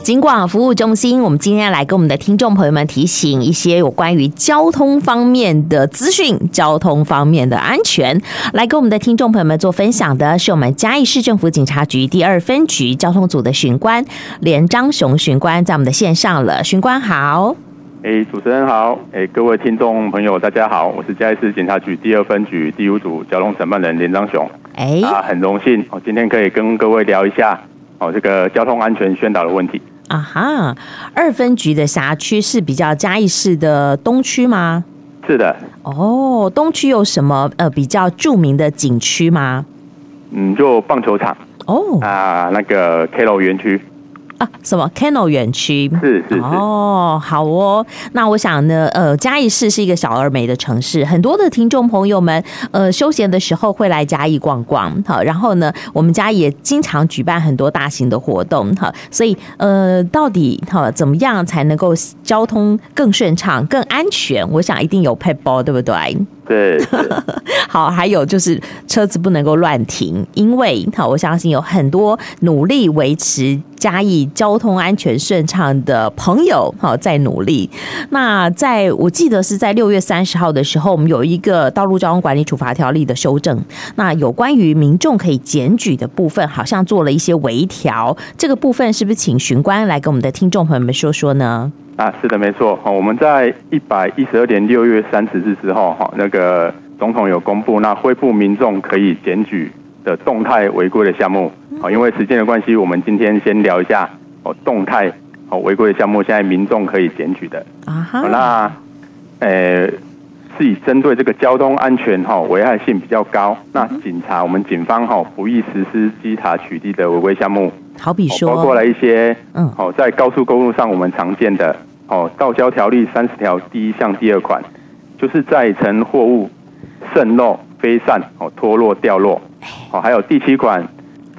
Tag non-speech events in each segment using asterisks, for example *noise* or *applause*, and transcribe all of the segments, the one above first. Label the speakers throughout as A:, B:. A: 尽管服务中心，我们今天来跟我们的听众朋友们提醒一些有关于交通方面的资讯、交通方面的安全。来跟我们的听众朋友们做分享的是我们嘉义市政府警察局第二分局交通组的巡官连章雄巡官，在我们的线上了。巡官好。
B: 哎，主持人好，哎，各位听众朋友，大家好，我是嘉义市警察局第二分局第五组交通审判人连章雄。
A: 哎，
B: 啊，很荣幸，我今天可以跟各位聊一下哦，这个交通安全宣导的问题。
A: 啊哈，二分局的辖区是比较嘉义市的东区吗？
B: 是的，
A: 哦，东区有什么呃比较著名的景区吗？
B: 嗯，就棒球场
A: 哦
B: 啊，那个 K 楼园区，
A: 啊，什么 Cano 园区？
B: 是是是
A: 哦，好哦。那我想呢，呃，嘉义市是一个小而美的城市，很多的听众朋友们，呃，休闲的时候会来嘉义逛逛，好。然后呢，我们嘉义也经常举办很多大型的活动，好。所以，呃，到底哈怎么样才能够交通更顺畅、更安全？我想一定有配包，对不对？
B: 对，是
A: 好，还有就是车子不能够乱停，因为好，我相信有很多努力维持嘉义交通安全顺畅的朋友，好在努力。那在我记得是在六月三十号的时候，我们有一个道路交通管理处罚条例的修正，那有关于民众可以检举的部分，好像做了一些微调，这个部分是不是请巡官来跟我们的听众朋友们说说呢？
B: 啊，是的，没错。哦，我们在一百一十二年六月三十日之后，哈、那个总统有公布，那恢复民众可以检举的动态违规的项目。哦，因为时间的关系，我们今天先聊一下哦，动态哦违规的项目，现在民众可以检举的。
A: 啊哈
B: 好，，那呃，是以针对这个交通安全哈、危害性比较高，那警察我们警方哈、不易实施稽查取缔的违规项目，
A: 好比
B: 哦
A: 说，
B: 包括了一些
A: 嗯
B: 哦，在高速公路上我们常见的哦，《道交条例》三十条第一项第二款，就是载乘货物渗漏、飞散、哦脱落、掉落，
A: 哎
B: 哦，还有第七款。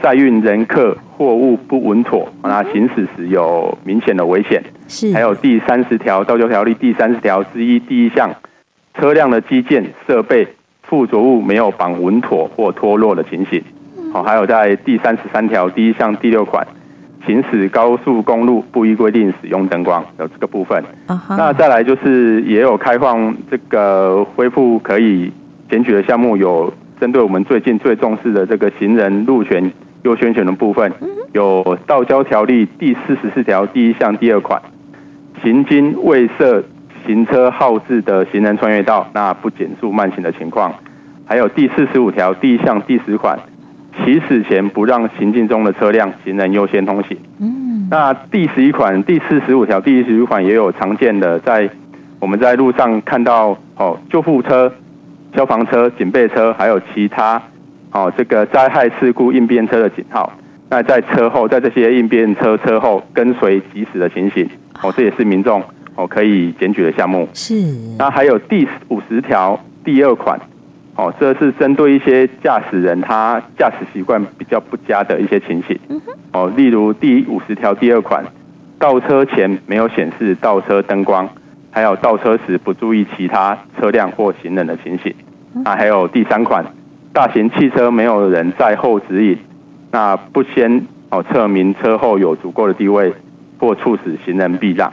B: 载运人客货物不稳妥，哦那行驶时有明显的危险。
A: 是
B: 还有第三十条《道交条例》第三十条之一第一项，车辆的基建设备附着物没有绑稳妥或脱落的情形。好、还有在第三十三条第一项第六款，行驶高速公路不依规定使用灯光，有这个部分。
A: 啊哈，
B: 那再来就是也有开放这个恢复可以检举的项目，有针对我们最近最重视的这个行人路权优先权的部分，有《道交条例》第四十四条第一项第二款，行经未设行车号志的行人穿越道，那不减速慢行的情况，还有第四十五条第一项第十款，起始前不让行进中的车辆行人优先通行。
A: 嗯
B: 那第十一款、第四十五条、第十五款也有常见的，在我们在路上看到哦，救护车、消防车、警备车，还有其他哦这个灾害事故应变车的警号。那在车后，在这些应变车车后跟随疾驶的情形，哦，这也是民众哦可以检举的项目。
A: 是
B: 那还有第五十条第二款，哦，这是针对一些驾驶人他驾驶习惯比较不佳的一些情形。哦，例如第五十条第二款，倒车前没有显示倒车灯光，还有倒车时不注意其他车辆或行人的情形。那还有第三款，大型汽车没有人在后指引，那不先哦测明车后有足够的地位或促使行人避让。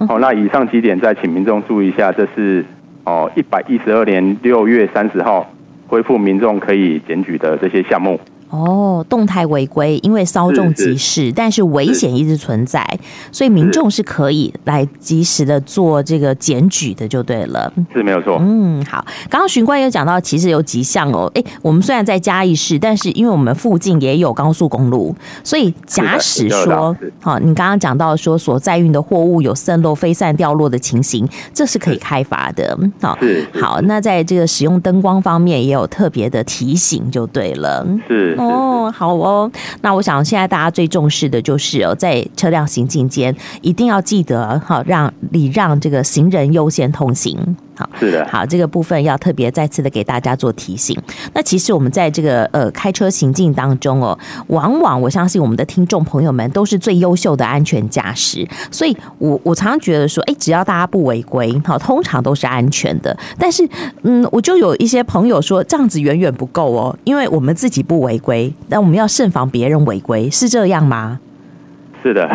A: 嗯
B: 哦，那以上几点再请民众注意一下，这是哦一百一十二年六月三十号恢复民众可以检举的这些项目。
A: 哦，动态违规，因为稍纵即逝，但是危险一直存在，所以民众是可以来及时的做这个检举的，就对了。
B: 是没有错，
A: 嗯，好。刚刚巡官有讲到，其实有几项哦。诶，我们虽然在嘉义市，但是因为我们附近也有高速公路，所以假使
B: 是的有
A: 说
B: 的是，
A: 好、你刚刚讲到说所载运的货物有渗漏、飞散、掉落的情形，这是可以开罚的。好、
B: 是是
A: 好，那在这个使用灯光方面也有特别的提醒，就对了。
B: 是是是，
A: 哦，好哦。那我想现在大家最重视的就是哦，在车辆行进间一定要记得好让礼让这个行人优先通行。好，
B: 是的
A: 好，这个部分要特别再次的给大家做提醒。那其实我们在这个呃开车行进当中哦，往往我相信我们的听众朋友们都是最优秀的安全驾驶，所以我我常常觉得说，哎，只要大家不违规，好，通常都是安全的。但是，嗯，我就有一些朋友说，这样子远远不够哦，因为我们自己不违规，但我们要慎防别人违规，是这样吗？ *laughs*
B: 是的，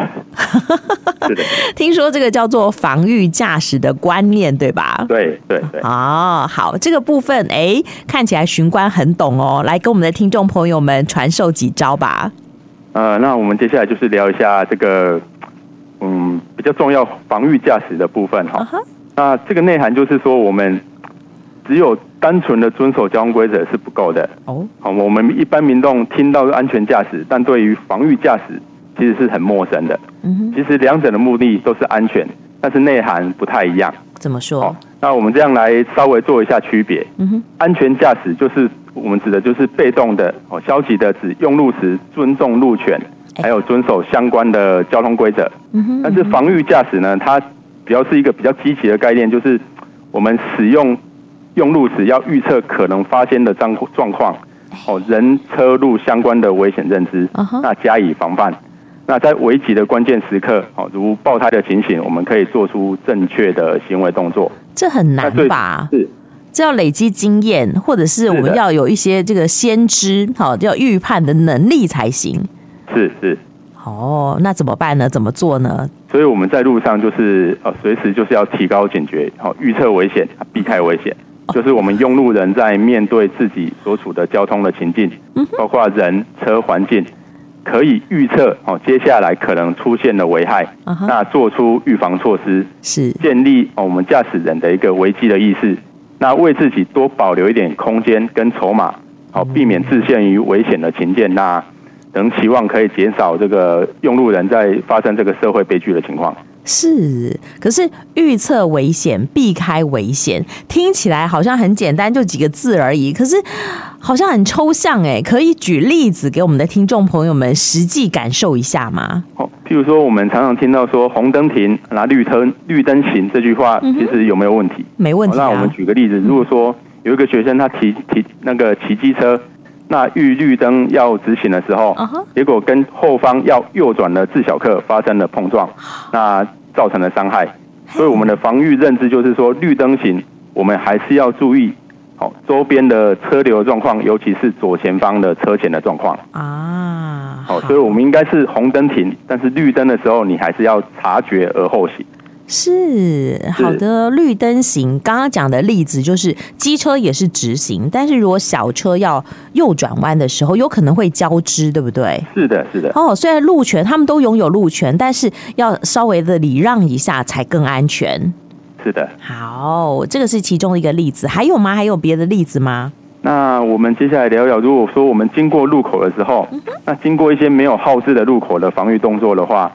B: 是的，
A: 听说这个叫做防御驾驶的观念，对吧？
B: 对对对。
A: 哦，好，这个部分哎，看起来巡官很懂哦，来跟我们的听众朋友们传授几招吧。
B: 呃，那我们接下来就是聊一下这个，嗯，比较重要防御驾驶的部分哈。
A: 啊哈，
B: 那这个内涵就是说，我们只有单纯的遵守交通规则是不够的。
A: 哦，
B: 好，我们一般民众听到安全驾驶，但对于防御驾驶其实是很陌生的。
A: 嗯哼，
B: 其实两者的目的都是安全，但是内涵不太一样。
A: 怎么说
B: 好？，那我们这样来稍微做一下区别。
A: 哦嗯哼，
B: 安全驾驶就是我们指的就是被动的哦，消极的指用路时尊重路权，
A: 哎
B: 还有遵守相关的交通规则。
A: 嗯哼，
B: 但是
A: 嗯哼
B: 防御驾驶呢，它比较是一个比较积极的概念，就是我们使用用路时要预测可能发生的状状况，哦，人车路相关的危险认知
A: 哎啊哈，
B: 那加以防范。那在危急的关键时刻，哦，如爆胎的情形，我们可以做出正确的行为动作。
A: 这很难
B: 那最
A: 吧？
B: 是
A: 这要累积经验，或者是我
B: 是
A: 们
B: 的
A: 要有一些这个先知，好，要预判的能力才行。
B: 是是，
A: 哦，那怎么办呢？怎么做呢？
B: 所以我们在路上就是呃，随时就是要提高警觉，好、预测危险，避开危险，就是我们用路人在面对自己所处的交通的情境，
A: 嗯
B: 包括人、车、环境，可以预测哦，接下来可能出现的危害，
A: 啊哈
B: 那做出预防措施，
A: 是
B: 建立哦我们驾驶人的一个危机的意识，那为自己多保留一点空间跟筹码，好、避免置限于危险的情境，那能期望可以减少这个用路人在发生这个社会悲剧的情况。
A: 是，可是预测危险、避开危险，听起来好像很简单，就几个字而已。可是好像很抽象哎，可以举例子给我们的听众朋友们实际感受一下吗？
B: 哦，譬如说我们常常听到说红灯停，拿绿灯绿灯行这句话，其实有没有问题？
A: 没问
B: 哦
A: 题
B: 那我们
A: 啊，
B: 举个例子，如果说有一个学生他骑骑那个骑机车，那遇绿灯要直行的时候
A: 啊哈
B: 结果跟后方要右转的自小客发生了碰撞，那造成了伤害。所以我们的防御认知就是说，绿灯行我们还是要注意。好，周边的车流状况，尤其是左前方的车前的状况。
A: 啊，
B: 好，所以我们应该是红灯停，但是绿灯的时候，你还是要察觉而后行。
A: 是好的，绿灯行。刚刚讲的例子就是机车也是直行，但是如果小车要右转弯的时候，有可能会交织，对不对？
B: 是的，是的，
A: 哦，虽然路权他们都拥有路权，但是要稍微的礼让一下才更安全。
B: 是的。
A: 好，这个是其中一个例子，还有吗？还有别的例子吗？
B: 那我们接下来聊聊，如果说我们经过路口的时候，那经过一些没有号志的路口的防御动作的话，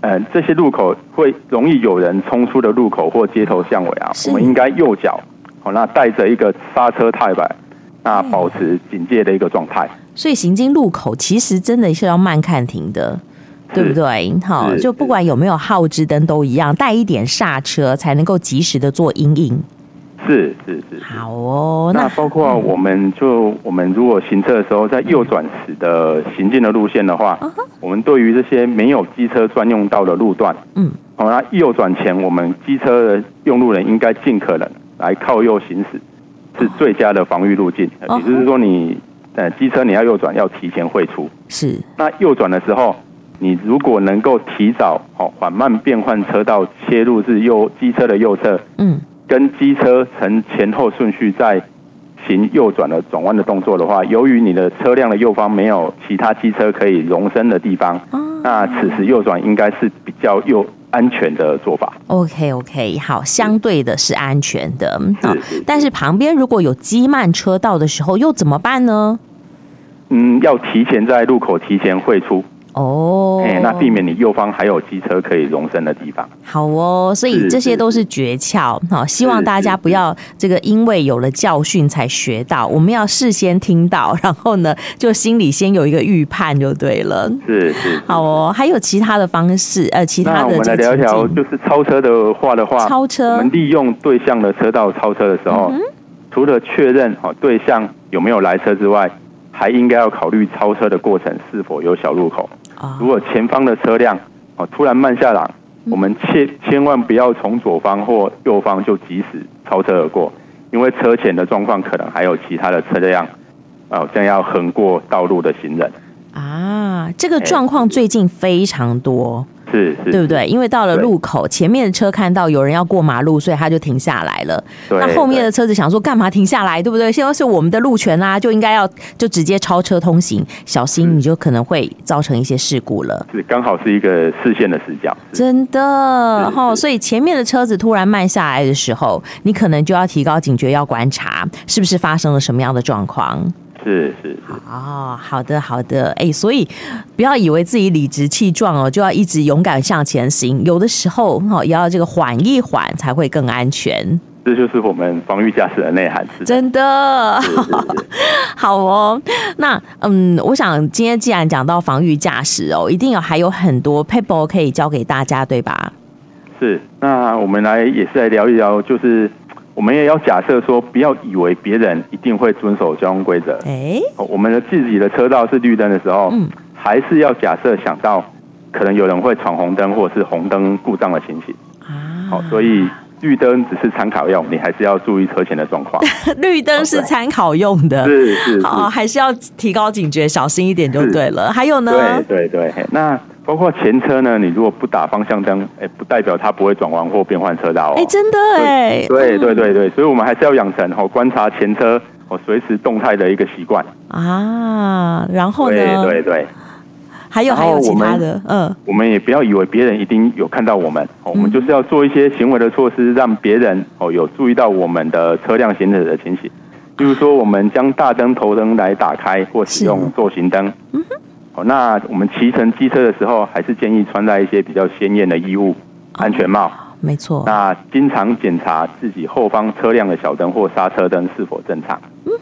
B: 呃，这些路口会容易有人冲出的路口或街头巷尾啊，
A: 是
B: 我们应该右脚，好、那带着一个刹车踏板，那保持警戒的一个状态。
A: 所以行经路口其实真的是要慢看停的，对不对？好，
B: 是
A: 就不管有没有号志灯都一样，带一点刹车才能够及时的做阴影。
B: 是是是。是
A: 好哦，
B: 那
A: 那
B: 包括我们就我们如果行车的时候，在右转时的行进的路线的
A: 啊
B: 话，我们对于这些没有机车专用道的路段，
A: 嗯，
B: 好、那右转前我们机车的用路人应该尽可能来靠右行驶，是最佳的防御路径。
A: 哦
B: 呃也就是说你，呃机车你要右转要提前会出，
A: 是
B: 那右转的时候。你如果能够提早哦缓慢变换车道，切入至右机车的右侧，
A: 嗯，
B: 跟机车呈前后顺序在行右转的转弯的动作的话，由于你的车辆的右方没有其他机车可以容身的地方，
A: 哦
B: 那此时右转应该是比较右安全的做法。
A: OK OK，好，相对的是安全的，好
B: 是是
A: 但是旁边如果有积慢车道的时候，又怎么办呢？
B: 嗯，要提前在路口提前会出，
A: 哦，
B: 哎、那避免你右方还有机车可以容身的地方。
A: 好哦，所以
B: 是
A: 这些
B: 是
A: 都是诀窍。好，希望
B: 是
A: 大家
B: 是
A: 不要这个因为有了教训才学到，我们要事先听到，然后呢，就心里先有一个预判就对了。
B: 是是。是
A: 好哦，还有其他的方式，呃，其他
B: 那我
A: 的
B: 们来
A: 这
B: 聊
A: 个情
B: 一聊，
A: 境，
B: 就是超车的话的话，
A: 超车嗯
B: 我们利用对向的车道超车的时候，除了确认哦对向有没有来车之外，还应该要考虑超车的过程是否有小路口。
A: 啊
B: 如果前方的车辆哦突然慢下来，
A: 嗯
B: 我们千千万不要从左方或右方就及时超车而过，因为车前的状况可能还有其他的车辆哦将要横过道路的行人。
A: 啊，这个
B: 哎
A: 状况最近非常多，
B: 是是，
A: 对不对？因为到了
B: 对
A: 路口，前面的车看到有人要过马路，所以他就停下来了。
B: 对
A: 那后面
B: 对
A: 的车子想说干嘛停下来，对不对？现在是我们的路权啦、就应该要就直接超车通行，小心
B: 嗯
A: 你就可能会造成一些事故了。
B: 是刚好是一个视线的死角，是
A: 真的
B: 是
A: 哈，
B: 是
A: 所以前面的车子突然慢下来的时候，你可能就要提高警觉，要观察是不是发生了什么样的状况。
B: 是是是
A: 哦，好的好的，哎、所以不要以为自己理直气壮哦，就要一直勇敢向前行。有的时候哈，也要这个缓一缓才会更安全。
B: 这就是我们防御驾驶的内涵，是的
A: 真的， *laughs*
B: 是是是
A: 好哦，那嗯，我想今天既然讲到防御驾驶哦，一定有还有很多 paper 可以教给大家，对吧？
B: 是。那我们来也是来聊一聊，就是我们也要假设说，不要以为别人一定会遵守交通规则。
A: 哎，
B: 哦我们的自己的车道是绿灯的时候，
A: 嗯
B: 还是要假设想到可能有人会闯红灯或是红灯故障的情形。
A: 啊，
B: 好、所以绿灯只是参考用，你还是要注意车前的
A: *laughs*
B: 状况。
A: 啊绿灯是参考用的，
B: 是是是，
A: *laughs* 好，还是要提高警觉，小心一点就对了。还有呢
B: 对，对对。嘿那包括前车呢，你如果不打方向灯，哎，不代表它不会转弯或变换车道哦。
A: 哎，真的哎，
B: 对对
A: 嗯
B: 对对，所以我们还是要养成哦观察前车哦随时动态的一个习惯。
A: 啊，然后
B: 对
A: 呢，
B: 对对，
A: 还有
B: 然
A: 还
B: 后
A: 有其
B: 我们
A: 他的，嗯，
B: 我们也不要以为别人一定有看到我们，哦我们就是要做一些行为的措施，让别人哦有注意到我们的车辆行驶的情形。例如说，我们将大灯、头灯来打开，或使用
A: 是
B: 座行灯。哦，那我们骑乘机车的时候，还是建议穿戴一些比较鲜艳的衣物，安全帽。
A: 没错，
B: 那经常检查自己后方车辆的小灯或刹车灯是否正常。
A: 嗯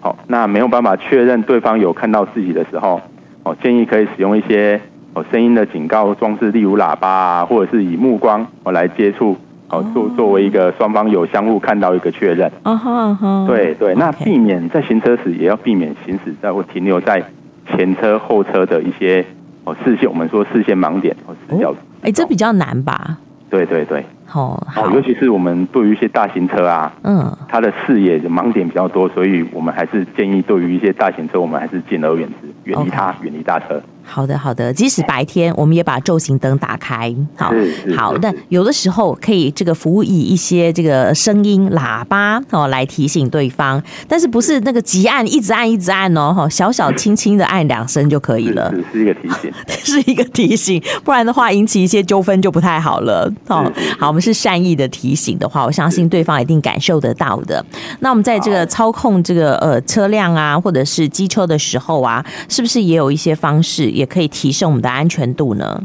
B: 好、那没有办法确认对方有看到自己的时候，哦，建议可以使用一些哦声音的警告装置，例如喇叭啊，或者是以目光哦来接触，哦作作为一个双方有相互看到一个确认。
A: 啊哈啊哈，
B: 对对，那
A: OK
B: 避免在行车时也要避免行驶在或停留在前车后车的一些哦视线，我们说视线盲点哦视角
A: 哦。，哎，这比较难吧？
B: 对对对，
A: 哦，好
B: 哦，，尤其是我们对于一些大型车啊，
A: 嗯。
B: 它的视野的盲点比较多，所以我们还是建议对于一些大型车，我们还是敬而远之，远离它，远离大车。
A: 好的，好的。即使白天，我们也把昼行灯打开。好
B: 是是
A: 好，
B: 是
A: 那
B: 是
A: 有的时候可以这个服务以一些这个声音喇叭哦来提醒对方，但是不是那个急按一直按一直按哦，哈，小小轻轻的按两声就可以了，
B: 只是一个提
A: *laughs*
B: 醒。
A: 是一个提醒，不然的话引起一些纠纷就不太好了。哦
B: 是是，是
A: 好，我们是善意的提醒的话，我相信对方一定感受得到的。那我们在这个
B: 嗯好
A: 操控这个呃车辆啊，或者是机车的时候啊，是不是也有一些方式也可以提升我们的安全度呢？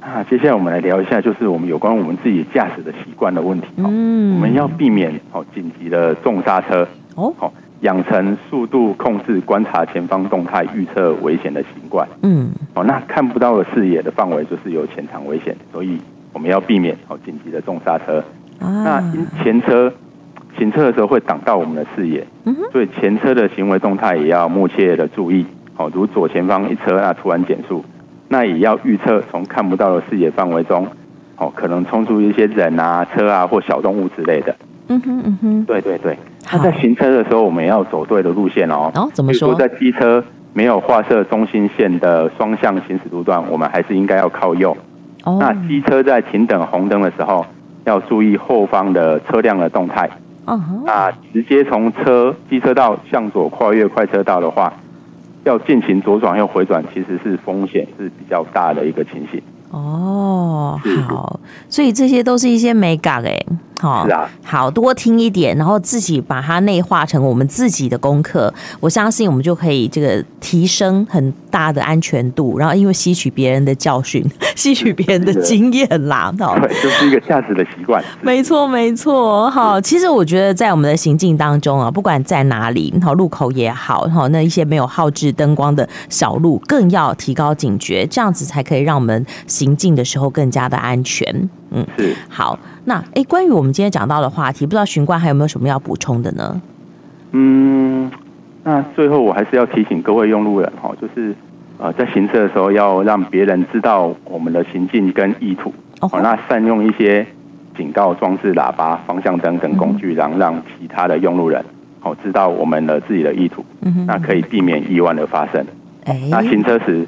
B: 那啊接下来我们来聊一下，就是我们有关我们自己驾驶的习惯的问题。哦
A: 嗯
B: 我们要避免哦紧急的重刹车，
A: 哦，
B: 哦，养成速度控制、观察前方动态、预测危险的习惯。
A: 嗯，
B: 哦，那看不到的视野的范围就是有潜藏危险，所以我们要避免哦紧急的重刹车。那
A: 啊，
B: 因前车行车的时候会挡到我们的视野，
A: 嗯哼
B: 所以前车的行为动态也要密切的注意。哦，如左前方一车那突然减速，那也要预测从看不到的视野范围中，哦，可能冲出一些人啊、车啊或小动物之类的。
A: 嗯哼嗯哼，
B: 对对对，
A: 好
B: 那在行车的时候，我们也要走对的路线哦。
A: 哦怎么
B: 比如
A: 说
B: 说在机车没有画设中心线的双向行驶路段，我们还是应该要靠右。
A: 哦，
B: 那机车在停等红灯的时候，要注意后方的车辆的动态。
A: 嗯哼，
B: 那直接从车机车道向左跨越快车道的话，要进行左转又回转，其实是风险是比较大的一个情形。
A: 哦，
B: 是
A: 好，所以这些都是一些美感哎，好、
B: 是啊
A: 好多听一点，然后自己把它内化成我们自己的功课，我相信我们就可以这个提升很大的安全度，然后因为吸取别人的教训， *laughs* 吸取别人的
B: 是的
A: 经验啦，哦，
B: *laughs* 对，就是一个驾驶的习惯。
A: *laughs* 没错，没错，哈。其实我觉得在我们的行进当中啊，不管在哪里，好路口也好，好那一些没有耗置灯光的小路，更要提高警觉，这样子才可以让我们行进的时候更加的安全。嗯，
B: 是，
A: 好。那诶，关于我们今天讲到的话题，不知道巡官还有没有什么要补充的呢？
B: 嗯，那最后我还是要提醒各位用路人哈，就是呃，在行车的时候要让别人知道我们的行进跟意图。
A: 哦
B: 好，那善用一些警告装置、喇叭、方向灯等工具，让让其他的用路人哦知道我们的自己的意图，
A: 嗯哼
B: 那可以避免意外的发生。
A: 哎，
B: 那行车时，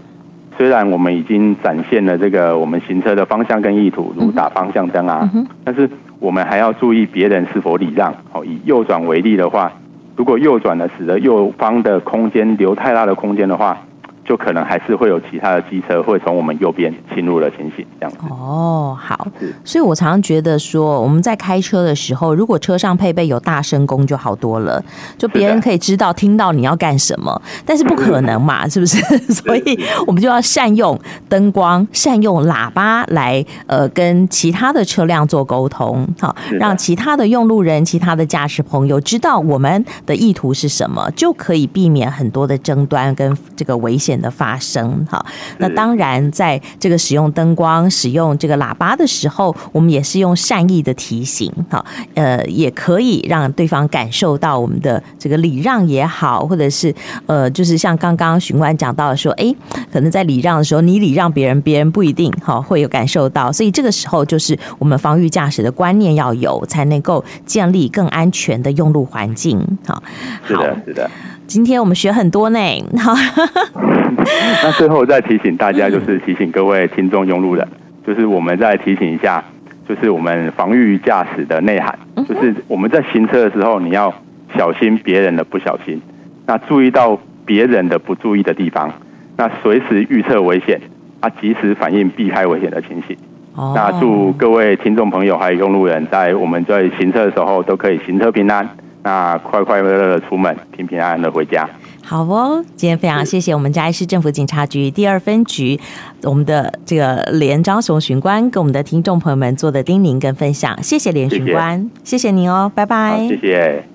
B: 虽然我们已经展现了这个我们行车的方向跟意图，如打方向灯啊，但是我们还要注意别人是否礼让。好，以右转为例的话，如果右转呢使得右方的空间留太大的空间的话，就可能还是会有其他的机车会从我们右边侵入了情形，这样子。
A: 哦，好
B: 是，
A: 所以我常常觉得说，我们在开车的时候，如果车上配备有大声公就好多了，就别人可以知道、听到你要干什么，但是不可能
B: *laughs*
A: 嘛，是不 *laughs* 是？所以我们就要善用灯光、善用喇叭来呃跟其他的车辆做沟通，好，
B: 是的
A: 让其他的用路人、其他的驾驶朋友知道我们的意图是什么，就可以避免很多的争端跟这个危险的发生，好。那
B: 是
A: 当然，在这个使用灯光、使用这个喇叭的时候，我们也是用善意的提醒，哈，呃，也可以让对方感受到我们的这个礼让也好，或者是呃，就是像刚刚询官讲到的说，诶，可能在礼让的时候，你礼让别人，别人不一定哈会有感受到，所以这个时候就是我们防御驾驶的观念要有，才能够建立更安全的用路环境，哈。
B: 是
A: 好
B: 的，是的。
A: 今天我们学很多呢，好，
B: *laughs* 那最后再提醒大家，就是提醒各位听众用路人，就是我们再提醒一下，就是我们防御驾驶的内涵，就是我们在行车的时候，你要小心别人的不小心，那注意到别人的不注意的地方，那随时预测危险，啊，及时反应避开危险的情形。
A: 哦
B: 那祝各位听众朋友还有用路人，在我们在行车的时候都可以行车平安，那快快乐乐的出门，平平安安的回家。
A: 好哦，今天非常谢谢我们嘉义市政府警察局第二分局我们的这个连张雄巡官跟我们的听众朋友们做的叮咛跟分享，谢谢连巡官，谢谢您哦，拜
B: 好
A: 拜，，
B: 谢谢。